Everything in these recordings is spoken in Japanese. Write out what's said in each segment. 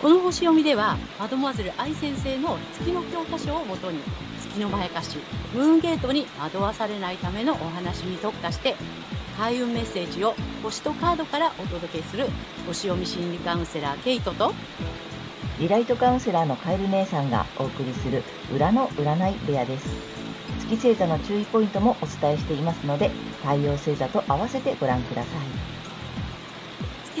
この星読みではマドモアゼル愛先生の月の教科書をもとに月のまやかしムーンゲートに惑わされないためのお話に特化して開運メッセージを星とカードからお届けする星読み心理カウンセラーケイトとリライトカウンセラーのカエル姉さんがお送りする裏の占い部屋です。月星座の注意ポイントもお伝えしていますので、太陽星座と合わせてご覧ください。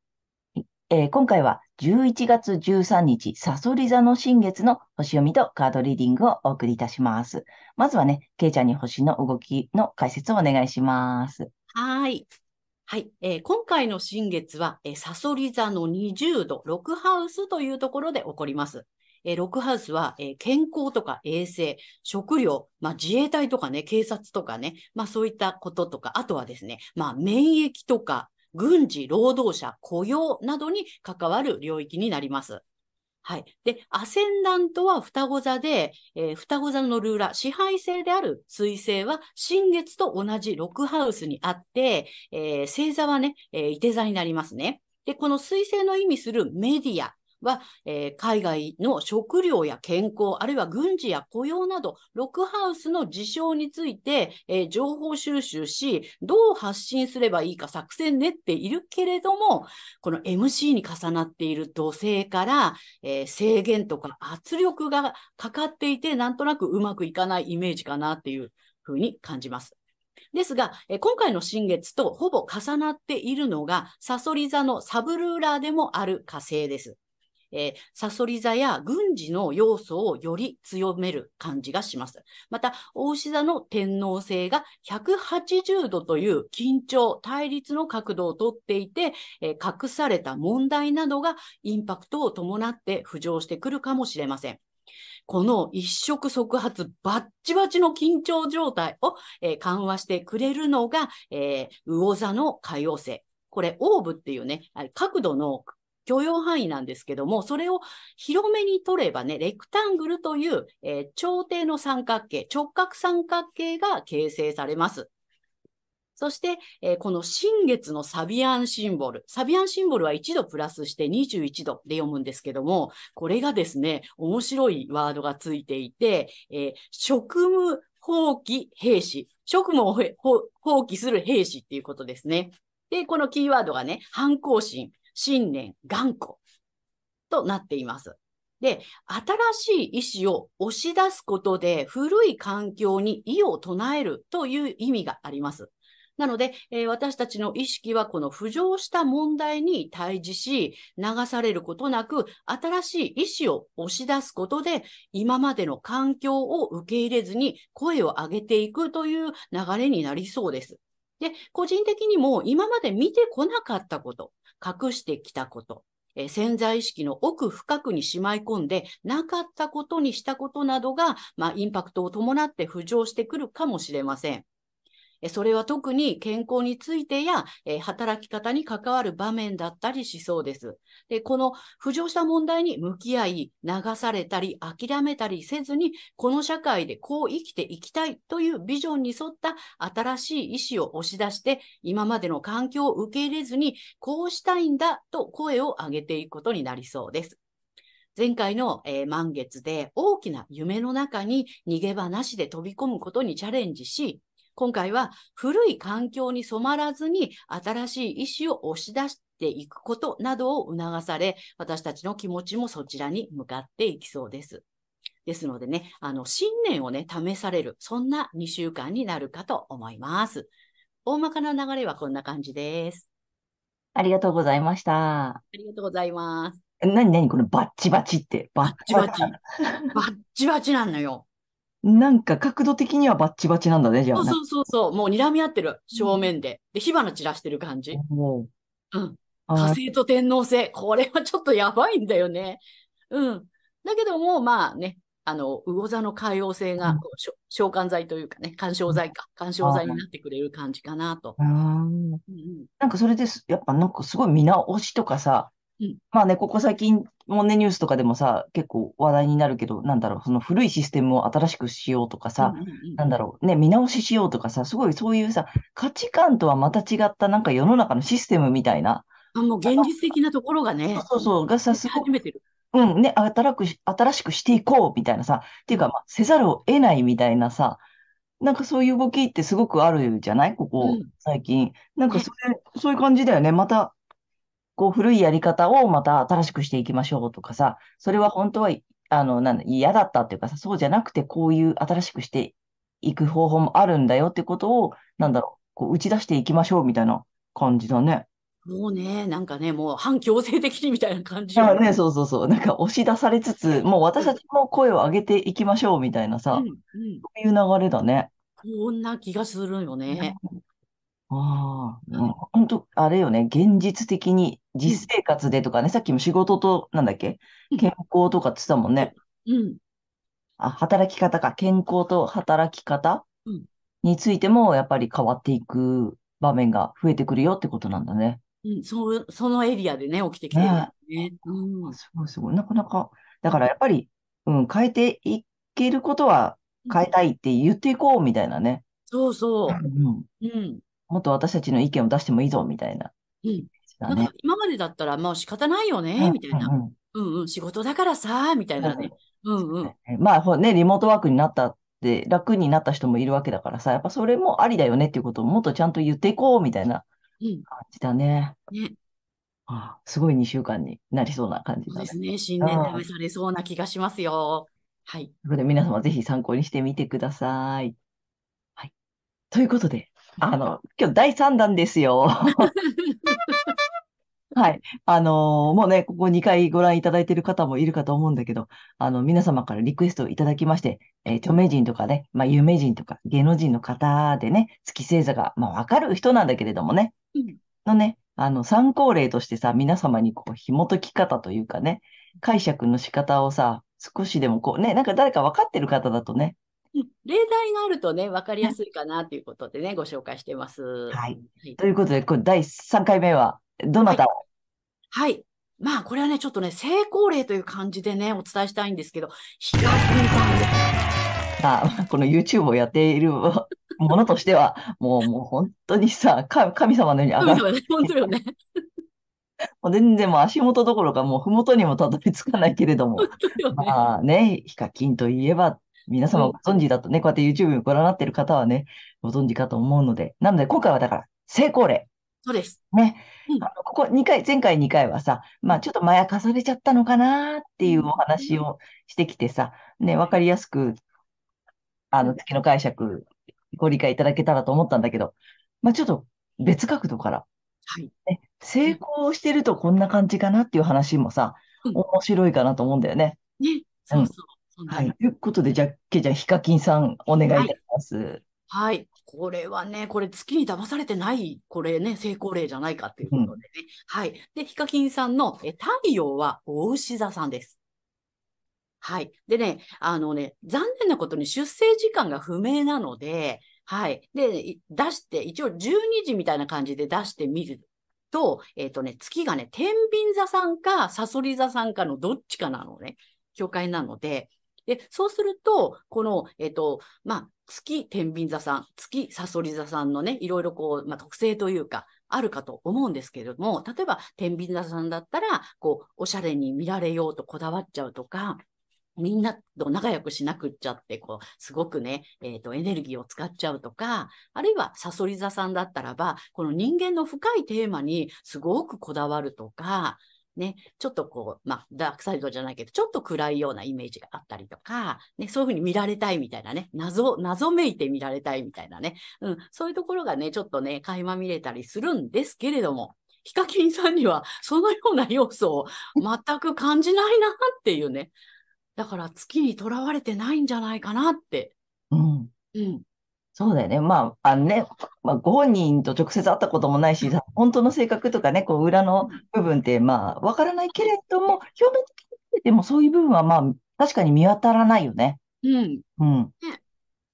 えー今回は11月13日、サソリ座の新月の星読みとカードリーディングをお送りいたします。まずはね、ケイちゃんに星の動きの解説をお願いします。はい。はい、えー今回の新月は、えー、サソリ座の20度、6ハウスというところで起こります。えー、6ハウスは、えー健康とか衛生、食料、まあ、自衛隊とかね、警察とかね、まあ、そういったこととか、あとはですね、まあ、免疫とか、軍事、労働者、雇用などに関わる領域になります。はい。で、アセンダントは双子座で、えー双子座のルーラー、支配性である彗星は、新月と同じ6ハウスにあって、えー星座はね、えー、手座になりますね。で、この彗星の意味するメディアは、えー海外の食料や健康、あるいは軍事や雇用など、6ハウスの事象について、えー情報収集し、どう発信すればいいか作戦練っているけれども、この MC に重なっている土星から、えー制限とか圧力がかかっていて、なんとなくうまくいかないイメージかなっていうふうに感じます。ですが、えー今回の新月とほぼ重なっているのが、サソリ座のサブルーラーでもある火星です。えーサソリ座や軍事の要素をより強める感じがします。また、大牛座の天皇星が180度という緊張、対立の角度をとっていて、えー隠された問題などがインパクトを伴って浮上してくるかもしれません。この一触即発バッチバチの緊張状態を、えー緩和してくれるのが、えー、魚座の海王星。これ、オーブっていうね、あ角度の許容範囲なんですけども、それを広めに取ればね、レクタングルという、えー朝廷の三角形、直角三角形が形成されます。そして、えーこの新月のサビアンシンボル。サビアンシンボルは1度プラスして21度で読むんですけども、これがですね、面白いワードがついていて、えー職務放棄兵士。職務をへほ放棄する兵士っていうことですね。で、このキーワードがね、反抗心、信念、頑固となっています。で、新しい意思を押し出すことで古い環境に異を唱えるという意味があります。なので、えー私たちの意識はこの浮上した問題に対峙し、流されることなく、新しい意思を押し出すことで、今までの環境を受け入れずに声を上げていくという流れになりそうです。で、個人的にも今まで見てこなかったこと、隠してきたこと、えー潜在意識の奥深くにしまい込んで、なかったことにしたことなどが、まあ、インパクトを伴って浮上してくるかもしれません。えーそれは特に健康についてや、えー働き方に関わる場面だったりしそうです。で、この浮上した問題に向き合い、流されたり諦めたりせずに、この社会でこう生きていきたいというビジョンに沿った新しい意思を押し出して、今までの環境を受け入れずに、こうしたいんだと声を上げていくことになりそうです。前回の、えー満月で大きな夢の中に逃げ場なしで飛び込むことにチャレンジし、今回は古い環境に染まらずに新しい意思を押し出していくことなどを促され、私たちの気持ちもそちらに向かっていきそうです。ですのでね、あの、信念をね、試される、そんな2週間になるかと思います。大まかな流れはこんな感じです。ありがとうございました。ありがとうございます。えなになにこのバッチバチって、バッバッチバチ。バッチバチなのよ。なんか角度的にはバッチバチなんだね、じゃそあうね。そうそうそう。もう睨み合ってる。正面で。で、火花散らしてる感じ。もううんあー火星と天王星。これはちょっとやばいんだよね。うん。だけども、まあね、あの、魚座の海洋性うんが、こうしょ召喚剤というかね、干渉剤か、干渉剤になってくれる感じかなと。うんうんうんなんかそれです、やっぱなんかすごい見直しとかさうん、まあね、ここ最近もね、ニュースとかでもさ、結構話題になるけど、なんだろう、その古いシステムを新しくしようとかさう、んうんうんなんだろう、ね、見直ししようとかさ、すごいそういうさ、価値観とはまた違った、なんか世の中のシステムみたいな、あ、もう現実的なところがね、そうそう、がさ、すごい始めてる。うん、ね、新くし、新しくしていこうみたいなさ、っていうか、まあ、せざるを得ないみたいなさ、なんかそういう動きってすごくあるじゃないここうん最近。なんかそれ、そういう感じだよね。また、こう古いやり方をまた新しくしていきましょうとかさ、それは本当は、あの、なんだ、嫌だったっていうかさ、そうじゃなくて、こういう新しくしていく方法もあるんだよってことを、なんだろう、こう打ち出していきましょうみたいな感じだね。もうね、なんかね、もう反強制的にみたいな感じあよね。ね、そうそうそう。なんか押し出されつつ、もう私たちも声を上げていきましょうみたいなうさ、んうんそういう流れだね。こんな気がするよね。ああ、うん本当あれよね、現実的に実生活でとかね、さっきも仕事と、なんだっけ、うん健康とかって言ってたもんね。うん。あ、働き方か、健康と働き方うんについても、やっぱり変わっていく場面が増えてくるよってことなんだね。うん、そそのエリアでね、起きてきてるよね。うんすごいすごい。なかなか、だからやっぱり、うん、変えていけることは変えたいって言っていこうみたいなね。そうそう。うん、うん。もっと私たちの意見を出してもいいぞみたいなうん。なん感じだねか。今までだったら、まあ仕方ないようね、んみたいな。うんうんうん、仕事だからさ、みたいなね。うんうん。うんまあほね、リモートワークになったって楽になった人もいるわけだからさ、やっぱそれもありだよねっていうことをもっとちゃんと言っていこうみたいなうん。感じだね。ね。ああすごい2週間になりそうな感じそうでだね。すね。新年試されそうな気がしますよ。はい。なので皆様ぜひ参考にしてみてください。はい。というこ とで、あの、今日第3弾ですよ。はい。あのーもうね、ここ2回ご覧いただいている方もいるかと思うんだけど、あの、皆様からリクエストをいただきまして、えー著名人とかね、まあ、有名人とか芸能人の方でね、月星座が、まあ、わかる人なんだけれどもねうん、のね、あの、参考例としてさ、皆様にこう、紐解き方というかね、解釈の仕方をさ、少しでもこう、ね、なんか誰か分かってる方だとね、。うん例題があるとね、わかりやすいかなということでね、ご紹介してます。はいということで、これ第3回目は、どなたを、はい。まあ、これはね、ちょっとね、成功例という感じでね、お伝えしたいんです けど、東文さんです あ、この YouTube をやっているものとしては、もう、もう本当にさ、か神様のように上神がる。様ね、本当よ ね。もう全然もう足元どころか、もう麓にもたどり着かないけれども本、当よね。まあね、ヒカキンといえば、皆様うんご存知だとね、こうやって YouTube をご覧になっている方はね、ご存知かと思うので、なので今回はだから、成功例。そうです。うんあのここ2回、前回2回はさ、まあちょっとまやかされちゃったのかなっていうお話をしてきてさ、ね、わかりやすく、あの、月の解釈、ご理解いただけたらと思ったんだけど、まあちょっと別角度から、はい。ね、成功してるとこんな感じかなっていう話もさ、うん面白いかなと思うんだよね。ね。そうそう。そんなはのい。ということで、じゃあ、けいちゃん、ヒカキンさん、お願いいたします。はい。これはね、これ月に騙されてない、これね、成功例じゃないかっていうことでね。はい。で、ヒカキンさんのえ太陽は大牛座さんです。はい。でね、あのね、残念なことに出生時間が不明なので、はい。で、い出して、一応12時みたいな感じで出してみると、えっ、とね、月がね、天秤座さんか、サソリ座さんかのどっちかなのね、境界なので、で、そうすると、この、えっ、と、まあ、月天秤座さん、月サソリ座さんのね、いろいろこう、まあ、特性というか、あるかと思うんですけれども、例えば天秤座さんだったら、こう、おしゃれに見られようとこだわっちゃうとか、みんなと仲良くしなくっちゃって、こう、すごくね、えっ、と、エネルギーを使っちゃうとか、あるいはサソリ座さんだったらば、この人間の深いテーマにすごくこだわるとか、ね、ちょっとこう、まあ、ダークサイドじゃないけど、ちょっと暗いようなイメージがあったりとか、ね、そういうふうに見られたいみたいなね、謎、謎めいて見られたいみたいなね、うん、そういうところがね、ちょっとね、垣間見れたりするんですけれども、ヒカキンさんにはそのような要素を 全く感じないなっていうね、だから月にとらわれてないんじゃないかなって、うん。うん、そうだよね。まあ、あのね、まあ、ご本人と直接会ったこともないし、本当の性格とかね、こう裏の部分って、まあ、わからないけれども、表面的に見ててもそういう部分は、まあ、確かに見当たらないよね。うん。うん。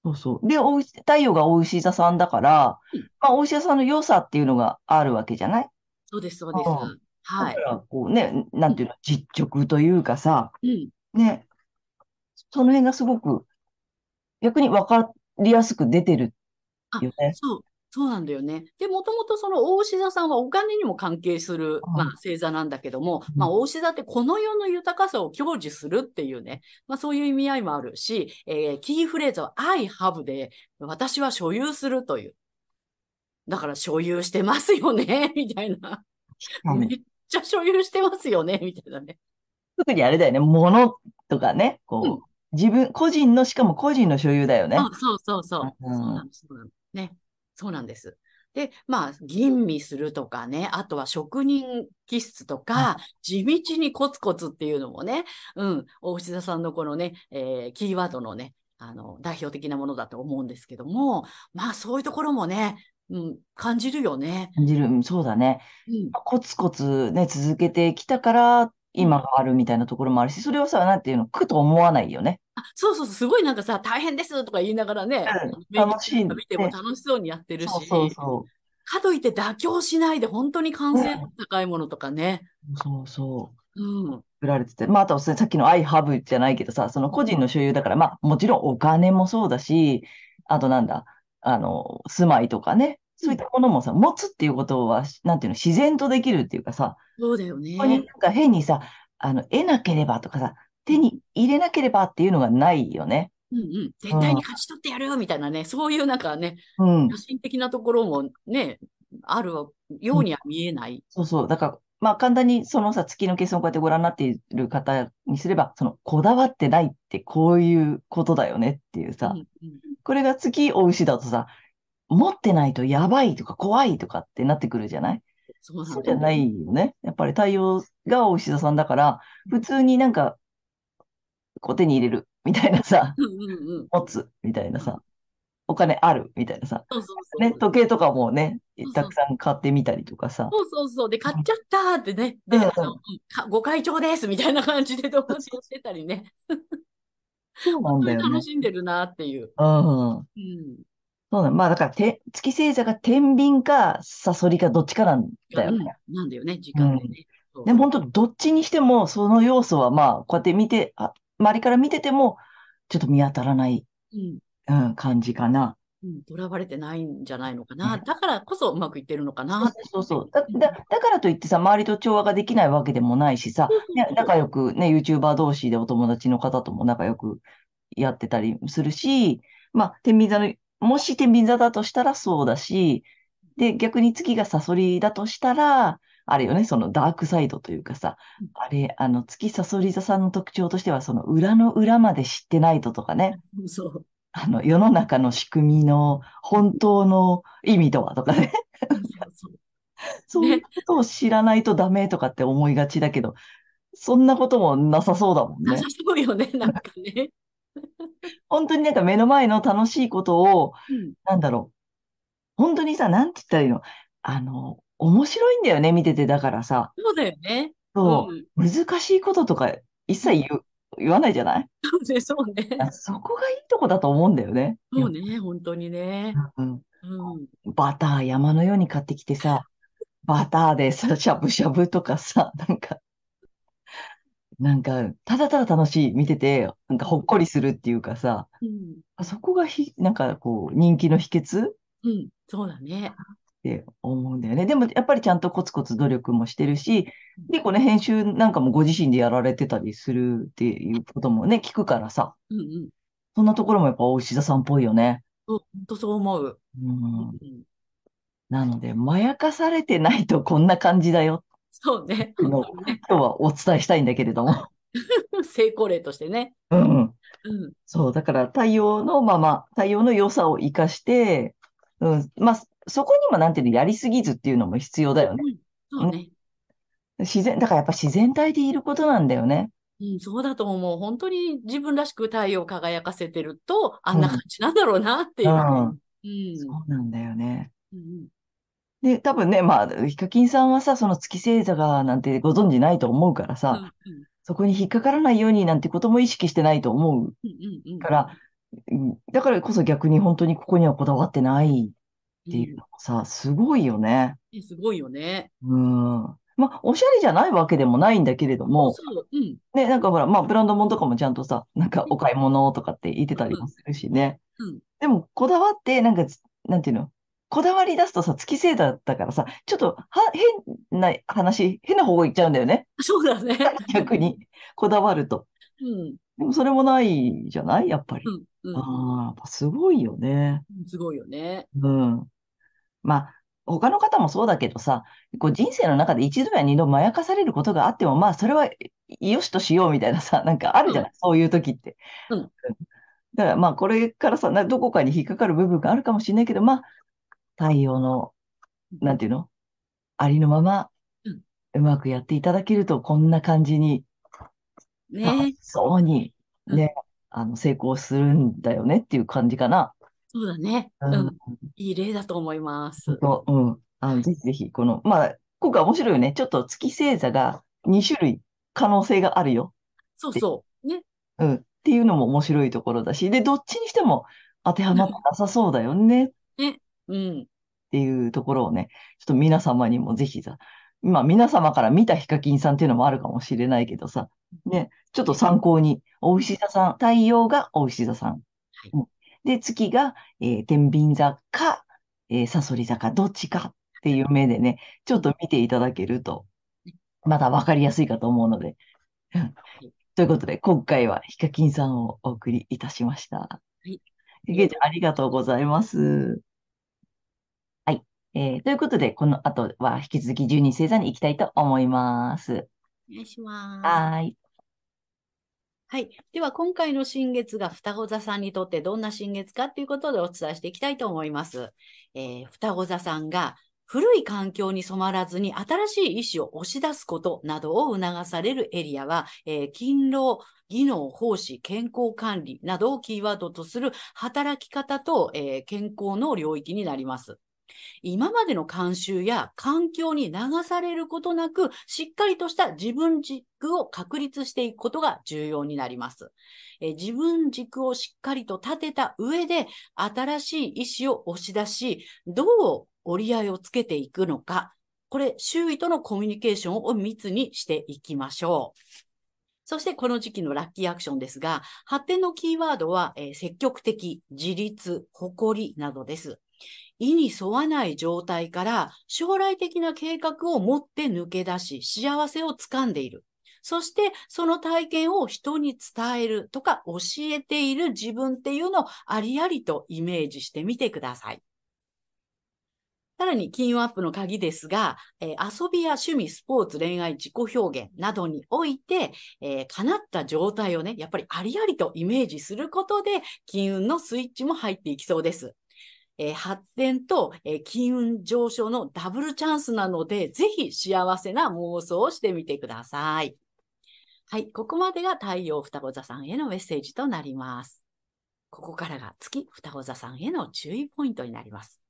そうそう。で、おうし太陽がお牛座さんだからうん、まあ、お牛座さんの良さっていうのがあるわけじゃないそうです、そうです。うんはだから、こうね、なんていうの、実直というかさ、い。うん。ね、その辺がすごく、逆に分かりやすく出てるよね。そう、そうなんだよね。で、もともとその大牛座さんはお金にも関係する、うんまあ、星座なんだけども、うんまあ、大牛座ってこの世の豊かさを享受するっていうね、まあ、そういう意味合いもあるし、えーキーフレーズは I have で、私は所有するという。だから所有してますよね、みたいな。うんめっちゃ所有してますよね、みたいなね。特にあれだよね、物とかね、こう、自分、個人の、しかも個人の所有だよね。あそうそうそう。うんそうなんです。そうなんですね。そうなんです。で、まあ、吟味するとかね、あとは職人気質とか、地道にコツコツっていうのもね、うん、大牛座さんのこのね、えーキーワードのね、あの、代表的なものだと思うんですけども、まあ、そういうところもね、うん、感じるよね。感じる、うんそうだね。うん、コツコツね、続けてきたから、今があるみたいなところもあるし、それをさ、なんていうの、苦と思わないよね。あそうそうそう、すごいなんかさ、大変ですとか言いながらね、うん楽しいんで見ても楽しそうにやってるし、そうそうそかといって妥協しないで、本当に完成度高いものとかね。う。そうそう。うん。売られてて。まあ、あと、それさっきの I have じゃないけどさ、その個人の所有だから、まあ、もちろんお金もそうだし、あとなんだ、あの、住まいとかね、そういったものもさ、持つっていうことは、なんていうの、自然とできるっていうかさ、そうだよここにね。なんか変にさ、あの、得なければとかさ、手に入れなければっていうのがないよね。うんうん。絶対に勝ち取ってやるみたいなね、そういうなんかね、うん野。心的なところもね、あるようには見えない。そうそう。だから、まあ簡単にそのさ、月の計算をこうやってご覧になっている方にすれば、その、こだわってないってこういうことだよねっていううさ、んうんこれが月お牛だとさ、持ってないとやばいとか怖いとかってなってくるじゃないそうなそんうじだゃよなね。いよね。やっぱり太陽がお牛座さんだから、普通になんか、こう手に入れるみたいなさ、うんうんうん。持つみたいなさ、お金あるみたいなさ、そうそうそう。ね、時計とかもねそう、たくさん買ってみたりとかさ、そうそうそう。で、買っちゃったってね。で、うんあの、かご会長ですみたいな感じで動画をしてたりね。そうなん本当だによね楽。しんでるなっていう。うん。うん。そうだ。まあだからて、月星座が天秤かサソリかどっちかなんだようんね。なんだよね、時間でね。そうでも本当どっちにしてもその要素はまあこうやって見て、あ、周りから見ててもちょっと見当たらない、うん。うん、感じかな。うん、とらわれてないんじゃないのかな。ねだからこそうまくいってるのかそうな。そうそう。だ、だ、だからといってさ、周りと調和ができないわけでもないしさ、ね、仲良くね、YouTuber 同士でお友達の方とも仲良くやってたりするし、まあ、天秤座の、もし天秤座だとしたらそうだし、で、逆に月がサソリだとしたら、あれよね、そのダークサイドというかさうん、あれ、あの、月サソリ座さんの特徴としては、その裏の裏まで知ってないととかね、そう。あの、世の中の仕組みの本当の意味とはとかね。そうそう そういうことを知らないとダメとかって思いがちだけど、そんなこともなさそうだもんなねさ。 そうよね、なんかね。本当になんか目の前の楽しいことを、うん、なんだろう。本当にさ、なんて言ったらいいのあの、面白いんだよね、見てて。だからさ、そうだよね。そうう、難しいこととか一切言う言わないじゃないん、 そうね、そうね。あそこがいいとこだと思うんだよね。そうね、本当にね。うんうん、バター山のように買ってきてさ、バターでさ、しゃぶしゃぶとかさ、なんか、なんか、ただただ楽しい、見てて、なんかほっこりするっていうかさ、うん、そこがひ、なんかこう、人気の秘訣っうん、そうだね。て思うんだよね。でも、やっぱりちゃんとコツコツ努力もしてるし、結構ね、編集なんかもご自身でやられてたりするっていうこともね、聞くからさ、うん、うん。そんなところもやっぱ大石田さんっぽいよね。そう、本当そう思う。う。うんん、なので、まやかされてないとこんな感じだよそうね、 の本当にね。今日はお伝えしたいんだけれども。成功例としてね。うん。うん、そう、だから太陽のまま、太陽の良さを生かして、うん、まあ、そこにもなんていうの、やりすぎずっていうのも必要だよね。うんそうね。自然、だからやっぱ自然体でいることなんだよね。うん、そうだと思う。本当に自分らしく太陽を輝かせてると、あんな感じなんだろうなっていうう。ん。うんそうなんだよね。うんで、多分ね、まあ、ヒカキンさんはさ、その月星座がなんてご存じないと思うからうさ、んそこに引っかからないようになんてことも意識してないと思ううんうんから、うんだからこそ逆に本当にここにはこだわってないっていうのがさ、すごいよね。うんすごいよね。うん。まあ、おしゃれじゃないわけでもないんだけれども、そう、うん。ね、なんかほら、まあ、ブランド物とかもちゃんとさ、なんかお買い物とかって言ってたりもするしね。うんうんでも、こだわって、なんかつ、なんていうのこだわり出すとさ、月星だったからさ、ちょっと、は、変な話、変な方向行っちゃうんだよね。 そうだね。逆に、こだわると。うん。でも、それもないじゃないやっぱり。うん。うんああ、やっぱすごいよね。すごいよね。うん。まあ、他の方もそうだけどさ、こう人生の中で一度や二度まやかされることがあっても、まあ、それはよしとしようみたいなさ、 なんかあるじゃない、そういう時って。うんだからまあ、これからさ、などこかに引っかかる部分があるかもしれないけど、まあ、太陽の、なんていうのありのままうん、うまくやっていただけると、こんな感じに、まあね、そうに、ね、あの、成功するんだよねっていう感じかな。そうだね。ううんん。いい例だと思います。そう、うん。あの、ぜひぜひ、この、まあ、今回面白いよね。ちょっと月星座が2種類可能性があるよ。そうそう。ね。うん。っていうのも面白いところだし、で、どっちにしても当てはまってなさそうだよねっうん。ていうところをね、ちょっと皆様にもぜひさ、まあ、皆様から見たヒカキンさんっていうのもあるかもしれないけどさ、ね、ちょっと参考に、お牛座さん、太陽がお牛座さん。うんで、月が、えー天秤座か、えー、サソリ座か、どっちかっていう目でね、ちょっと見ていただけると、まだわかりやすいかと思うので。うん ということで、今回はヒカキンさんをお送りいたしました。いえげいちゃんありがとうございます。はい。えーということで、この後は引き続き12星座に行きたいと思います。お願いします。はい。はい。では、今回の新月が双子座さんにとってどんな新月かということでお伝えしていきたいと思います。えー双子座さんが古い環境に染まらずに新しい意思を押し出すことなどを促されるエリアは、えー勤労、技能、奉仕、健康管理などをキーワードとする働き方と、えー健康の領域になります。今までの慣習や環境に流されることなく、しっかりとした自分軸を確立していくことが重要になります。えー自分軸をしっかりと立てた上で、新しい意思を押し出し、どう折り合いをつけていくのか、これ、周囲とのコミュニケーションを密にしていきましょう。そして、この時期のラッキーアクションですが、発展のキーワードは、えー積極的、自立、誇りなどです。意に沿わない状態から将来的な計画を持って抜け出し、幸せをつかんでいる。そして、その体験を人に伝えるとか教えている自分っていうのをありありとイメージしてみてください。さらに、金運アップの鍵ですが、えー遊びや趣味、スポーツ、恋愛、自己表現などにおいて、えー叶った状態をね、やっぱりありありとイメージすることで、金運のスイッチも入っていきそうです。えー発展と、えー金運上昇のダブルチャンスなので、ぜひ幸せな妄想をしてみてください。はい、ここまでが太陽双子座さんへのメッセージとなります。ここからが月双子座さんへの注意ポイントになります。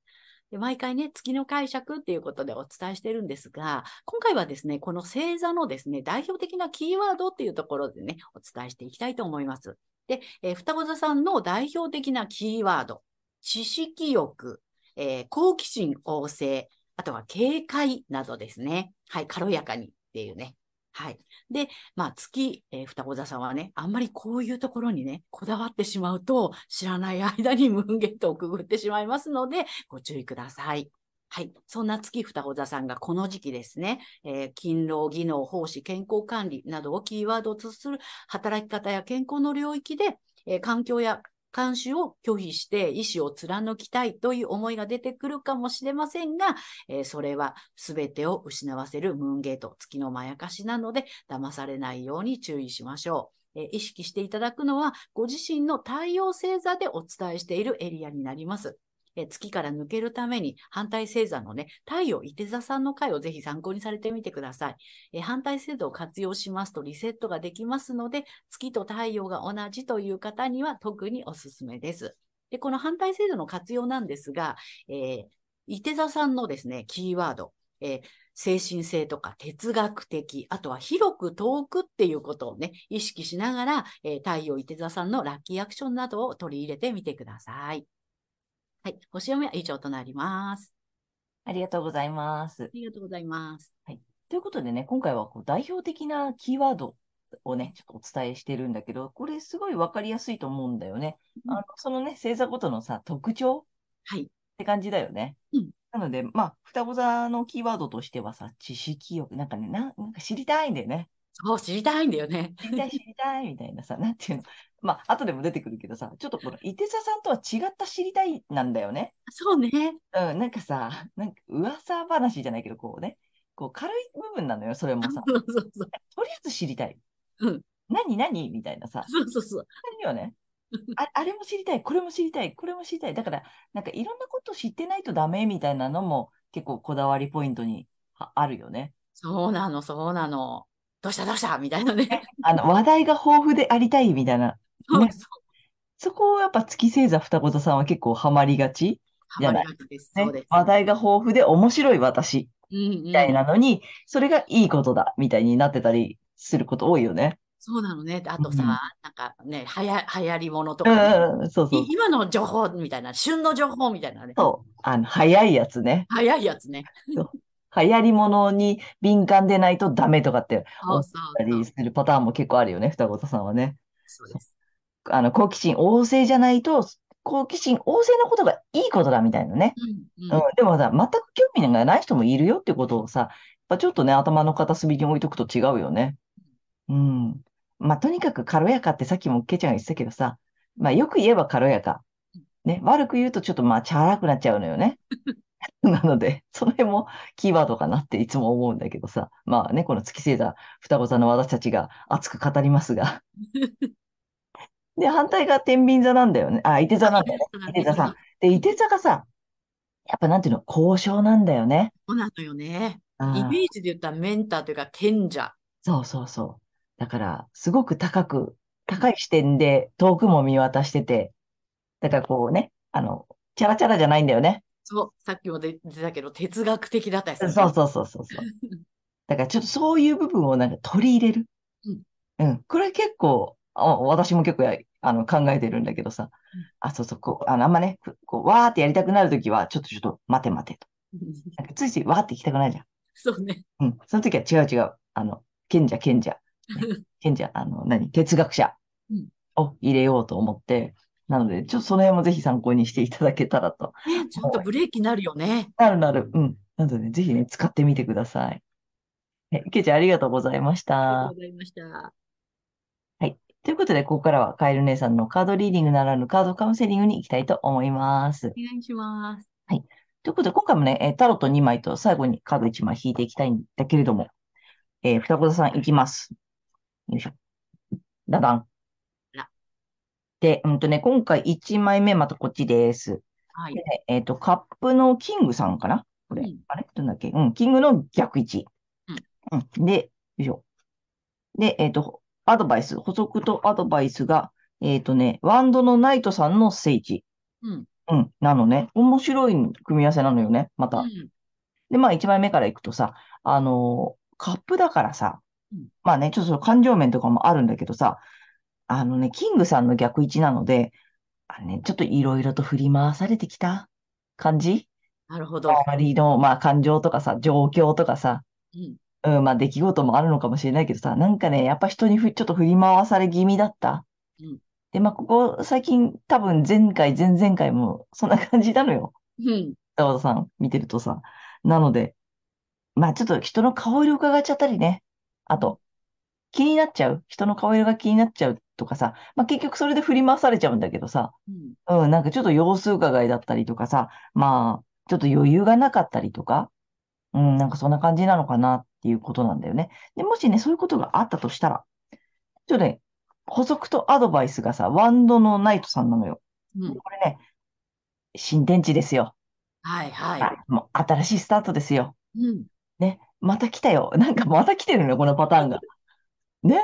で毎回ね、月の解釈っていうことでお伝えしてるんですが、今回はですね、この星座のですね、代表的なキーワードっていうところでね、お伝えしていきたいと思います。で、えー双子座さんの代表的なキーワード、知識欲、えー好奇心旺盛、あとは警戒などですね。はい、軽やかにっていうね。はい。で、まあ、月、えー双子座さんはね、あんまりこういうところにね、こだわってしまうと、知らない間にムーンゲートをくぐってしまいますので、ご注意ください。はい。そんな月双子座さんがこの時期ですね、えー勤労、技能、奉仕、健康管理などをキーワードとする働き方や健康の領域で、えー環境や慣習を拒否して意思を貫きたいという思いが出てくるかもしれませんが、えーそれは全てを失わせるムーンゲート、月のまやかしなので、騙されないように注意しましょう。えー意識していただくのは、ご自身の太陽星座でお伝えしているエリアになります。えー月から抜けるために反対星座のね、太陽伊手座さんの回をぜひ参考にされてみてください。えー反対星座を活用しますとリセットができますので、月と太陽が同じという方には特におすすめです。で、この反対制度の活用なんですが、えー、伊手座さんのですね、キーワード、えー精神性とか哲学的、あとは広く遠くっていうことをね、意識しながら、えー太陽いて座さんのラッキーアクションなどを取り入れてみてください。はい、星読みは以上となります。ありがとうございますあ。りがとうございます。ということでね、今回はこう代表的なキーワードをね、ちょっとお伝えしてるんだけど、これすごいわかりやすいと思うんだよね。うんあのそのね、星座ごとのさ、特徴はいって感じだよね。うんなので、まあ、双子座のキーワードとしてはさ、知識欲、なんかね、ななんか知りたいんだよね。そう、知りたいんだよね。知りたい、知りたい、みたいなさ、 なんていうの。まあ、後でも出てくるけどさ、ちょっとこの、いて座さんとは違った知りたいなんだよね。そうね。うん、なんかさ、なんか噂話じゃないけど、こうね、こう軽い部分なのよ、それもさ。 そうそうそう。とりあえず知りたい。うん何何みたいなさ。そうそうそう。何よね。ああれも知りたい、これも知りたい、これも知りたい。だから、なんかいろんなこと知ってないとダメみたいなのも結構こだわりポイントにああるよね。そうなの、そうなの。どうしたどうしたみたいなね。あの、話題が豊富でありたいみたいな。 そうそう。そこをやっぱ月星座双子座さんは結構ハマりがち。ハじゃマなりいがちです。ねそうです。話題が豊富で面白い私うんうみたいん。なのに、それがいいことだみたいになってたりすること多いよね。そうなのね。あとうさ、んなんかね、はや流行りものとうんかね、うんうん、そうそうい。今の情報みたいな、旬の情報みたいなね。そう。あの、早いやつね。早いやつね。流行り物に敏感でないとダメとかってそうそうたそうりするパターンも結構あるよね、双子座さんはね。そうです。あの、好奇心旺盛じゃないと、好奇心旺盛なことがいいことだみたいなね。うんううんん。、でもさ、全く興味がない人もいるよってことをさ、やっぱちょっとね、頭の片隅に置いとくと違うよね。うん。まあ、とにかく軽やかってさっきもけいちゃんが言ってたけどさ、まあ、よく言えば軽やか。ね、悪く言うとちょっとまあ、チャラくなっちゃうのよね。 なので、その辺もキーワードかなっていつも思うんだけどさ、まあね、この月星座、双子座の私たちが熱く語りま すが。で、反対が天秤座なんだよね。あ、いて座なんだよね。いて座さん。で、いて座がさ、やっぱなんていうの、交渉なんだよね。そうなのよね。あイーメージで言ったらメンターというか賢者。そうそうそう。だから、すごく高く、高い視点で遠くも見渡してて、だからこうね、あの、チャラチャラじゃないんだよね。そう、さっきも出てたけど、哲学的だったりすそうる。そうそうそうそう。だからちょっとそういう部分をなんか取り入れる。うんうん。これ結構、あ私も結構やあの考えてるんだけどさ。あ、そうそう、こう、あの、あんまね、こう、わーってやりたくなるときは、ちょっとちょっと待て待てと。なんかついついわーって行きたくないじゃん。 そうね。うん。その時は違う違う。あの、賢者、賢 者。ね賢者、あの、何哲学者うんを入れようと思って。なので、ちょっとその辺もぜひ参考にしていただけたらと。ねちょっとブレーキになるよね。なるなる。うん。なのでね、ぜひね、使ってみてください。え、けいちゃんありがとうございましありがとたう。ございました。ということで、ここからはカエル姉さんのカードリーディングならぬカードカウンセリングに行きたいと思います。お願いします。ということで、今回もね、えータロット2枚と最後にカード1枚引いていきたいんだけれども、えー、双子座さんいきます。よいしょ。ダダンら。で、うんとね、今回1枚目、またこっちです。はいで。ねえっと、カップのキングさんかなこれ。うんあれどんだっけうん、キングの逆位置。うん。で、よいしょ。で、えっと、アドバイス、補足とアドバイスが、えっとね、ワンドのナイトさんの聖地。うん。うん、なのね。面白い組み合わせなのよね、また。うんで、まあ、1枚目からいくとさ、あのーカップだからさうん、まあね、ちょっとその感情面とかもあるんだけどさ、あのね、キングさんの逆位置なので、あのね、ちょっといろいろと振り回されてきた感じなるほど。周りの、まあ、感情とかさ、状況とかさ、うんうん、まあ、出来事もあるのかもしれないけどさ、なんかね、やっぱ人にふちょっと振り回され気味だったうん。で、まあ、ここ最近、多分前回、前々回も、そんな感じなのよ。うん。田和田さん見てるとさ。なので、まあちょっと人の顔色伺っちゃったりね。あと、気になっちゃう。人の顔色が気になっちゃうとかさ。まあ結局それで振り回されちゃうんだけどさ。うん。うん、なんかちょっと様子伺いだったりとかさ。まあ、ちょっと余裕がなかったりとか。うん、なんかそんな感じなのかなっていうことなんだよね。で、もしね、そういうことがあったとしたら、ちょっとね、補足とアドバイスがさ、ワンドのナイトさんなのよ。うん。これね、新天地ですよ。はいははいもう新しいスタートですよ。い。うん。ね。また来たよ。なんかまた来てるのよ、このパターンが。ね。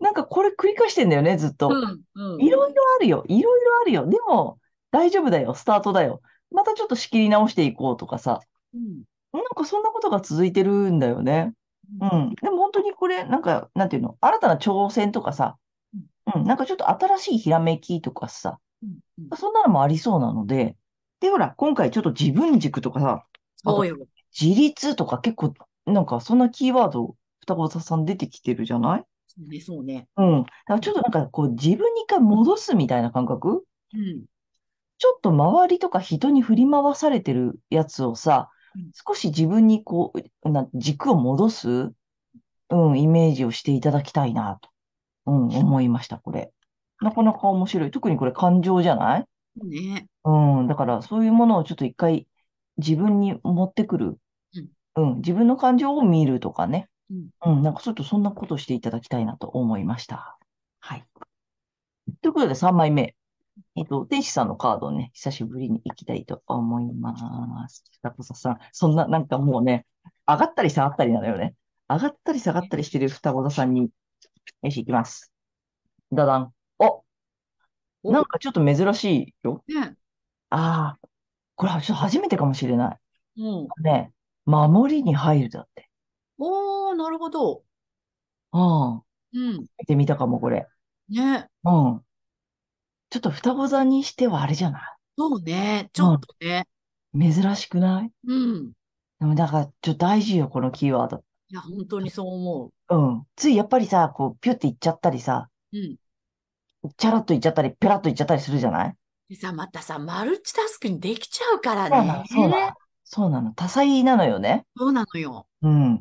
なんかこれ繰り返してんだよね、ずっと。うん。うん。いろいろあるよ。いろいろあるよ。でも、大丈夫だよ。スタートだよ。またちょっと仕切り直していこうとかさ。うん。なんかそんなことが続いてるんだよね。うん。でも本当にこれ、なんか、なんていうの、新たな挑戦とかさ、うん、なんかちょっと新しいひらめきとかさ、うんうんそんなのもありそうなので、で、ほら、今回ちょっと自分軸とかさ、そうよ。自立とか結構、なんかそんなキーワード、双子座さん出てきてるじゃないそうね、そうね。うん。だからちょっとなんかこう、自分に一回戻すみたいな感覚うん。ちょっと周りとか人に振り回されてるやつをさうん、少し自分にこう、な軸を戻す、うん、イメージをしていただきたいなと、うん、思いました、これ。なかなか面白い。特にこれ感情じゃないそうね。うん、だからそういうものをちょっと一回自分に持ってくる。うん、自分の感情を見るとかね。うんうん、なんかちょっとそんなことしていただきたいなと思いました。はい。ということで3枚目。えっと、天使さんのカードをね、久しぶりに行きたいと思います。さこささん、そんな、なんかもうね、上がったり下がったりなのよね。上がったり下がったりしてる双子座さんに、よし、行きます。ダダン。おおなんかちょっと珍しいよ。ね。ああ、これはちょっと初めてかもしれなうん。い。ね、守りに入るだって。おー、なるほど。うん。うん。見てみたかも、これ。ね。うん。ちょっと双子座にしてはあれじゃなそうね。ちょっとね。い珍しくないうん。でも、だから、ちょっと大事よ、このキーワード。いや、本当にそう思うん。ついやっぱりさ、こう、ピュっていっちゃったりさ、う。うん。チャラっといっちゃったり、ペラっといっちゃったりするじゃないでさ、またさ、マルチタスクにできちゃうからそうなねの、。そうなの。そうなの。多彩なのよね。そうなのよ。うん。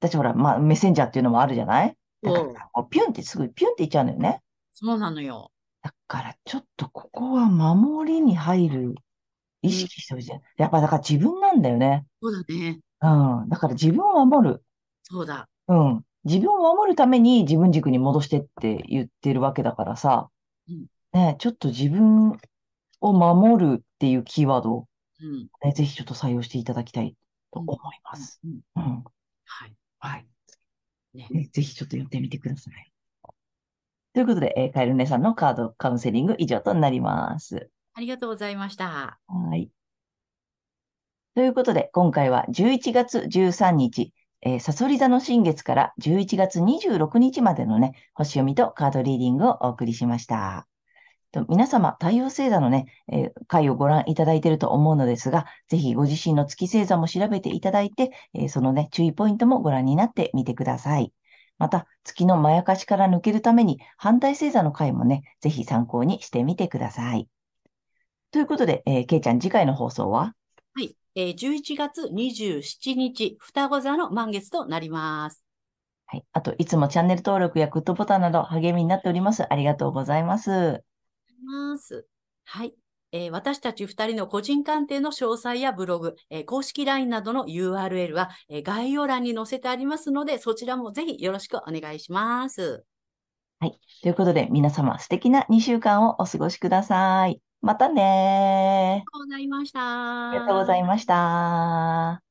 だってほら、まあ、メッセンジャーっていうのもあるじゃないだかそらうさ、こうピュンってすぐピュンっていっちゃうのよね。そうなのよ。だから、ちょっとここは守りに入る意識してほしい。やっぱだから自分なんだよね。そうだね。うん。だから自分を守る。そうだ。うん。自分を守るために自分軸に戻してって言ってるわけだからさうん。ね、ちょっと自分を守るっていうキーワードをうん。ね、ぜひちょっと採用していただきたいと思います。うん。うん。はい。はい。ね。ねぜひちょっとやってみてください。ということで、えーカエル姉さんのカードカウンセリング以上となります。ありがとうございました。はい。ということで、今回は11月13日、えー、サソリ座の新月から11月26日までのね、星読みとカードリーディングをお送りしました。と皆様、太陽星座のね、えー回をご覧いただいていると思うのですが、ぜひご自身の月星座も調べていただいて、えーそのね、注意ポイントもご覧になってみてください。また、月のまやかしから抜けるために、反対星座の回もね、ぜひ参考にしてみてください。ということで、えー、けいちゃん、次回の放送ははい。えー、11月27日、双子座の満月となります。はい。あと、いつもチャンネル登録やグッドボタンなど励みになっております。ありがとうございます。ます。はい。えー私たち2人の個人鑑定の詳細やブログ、えー公式 LINE などの URL は、えー概要欄に載せてありますので、そちらもぜひよろしくお願いします。ということで、皆様、素敵な2週間をお過ごしください。またねありがとうございました。ー。ありがとうございました。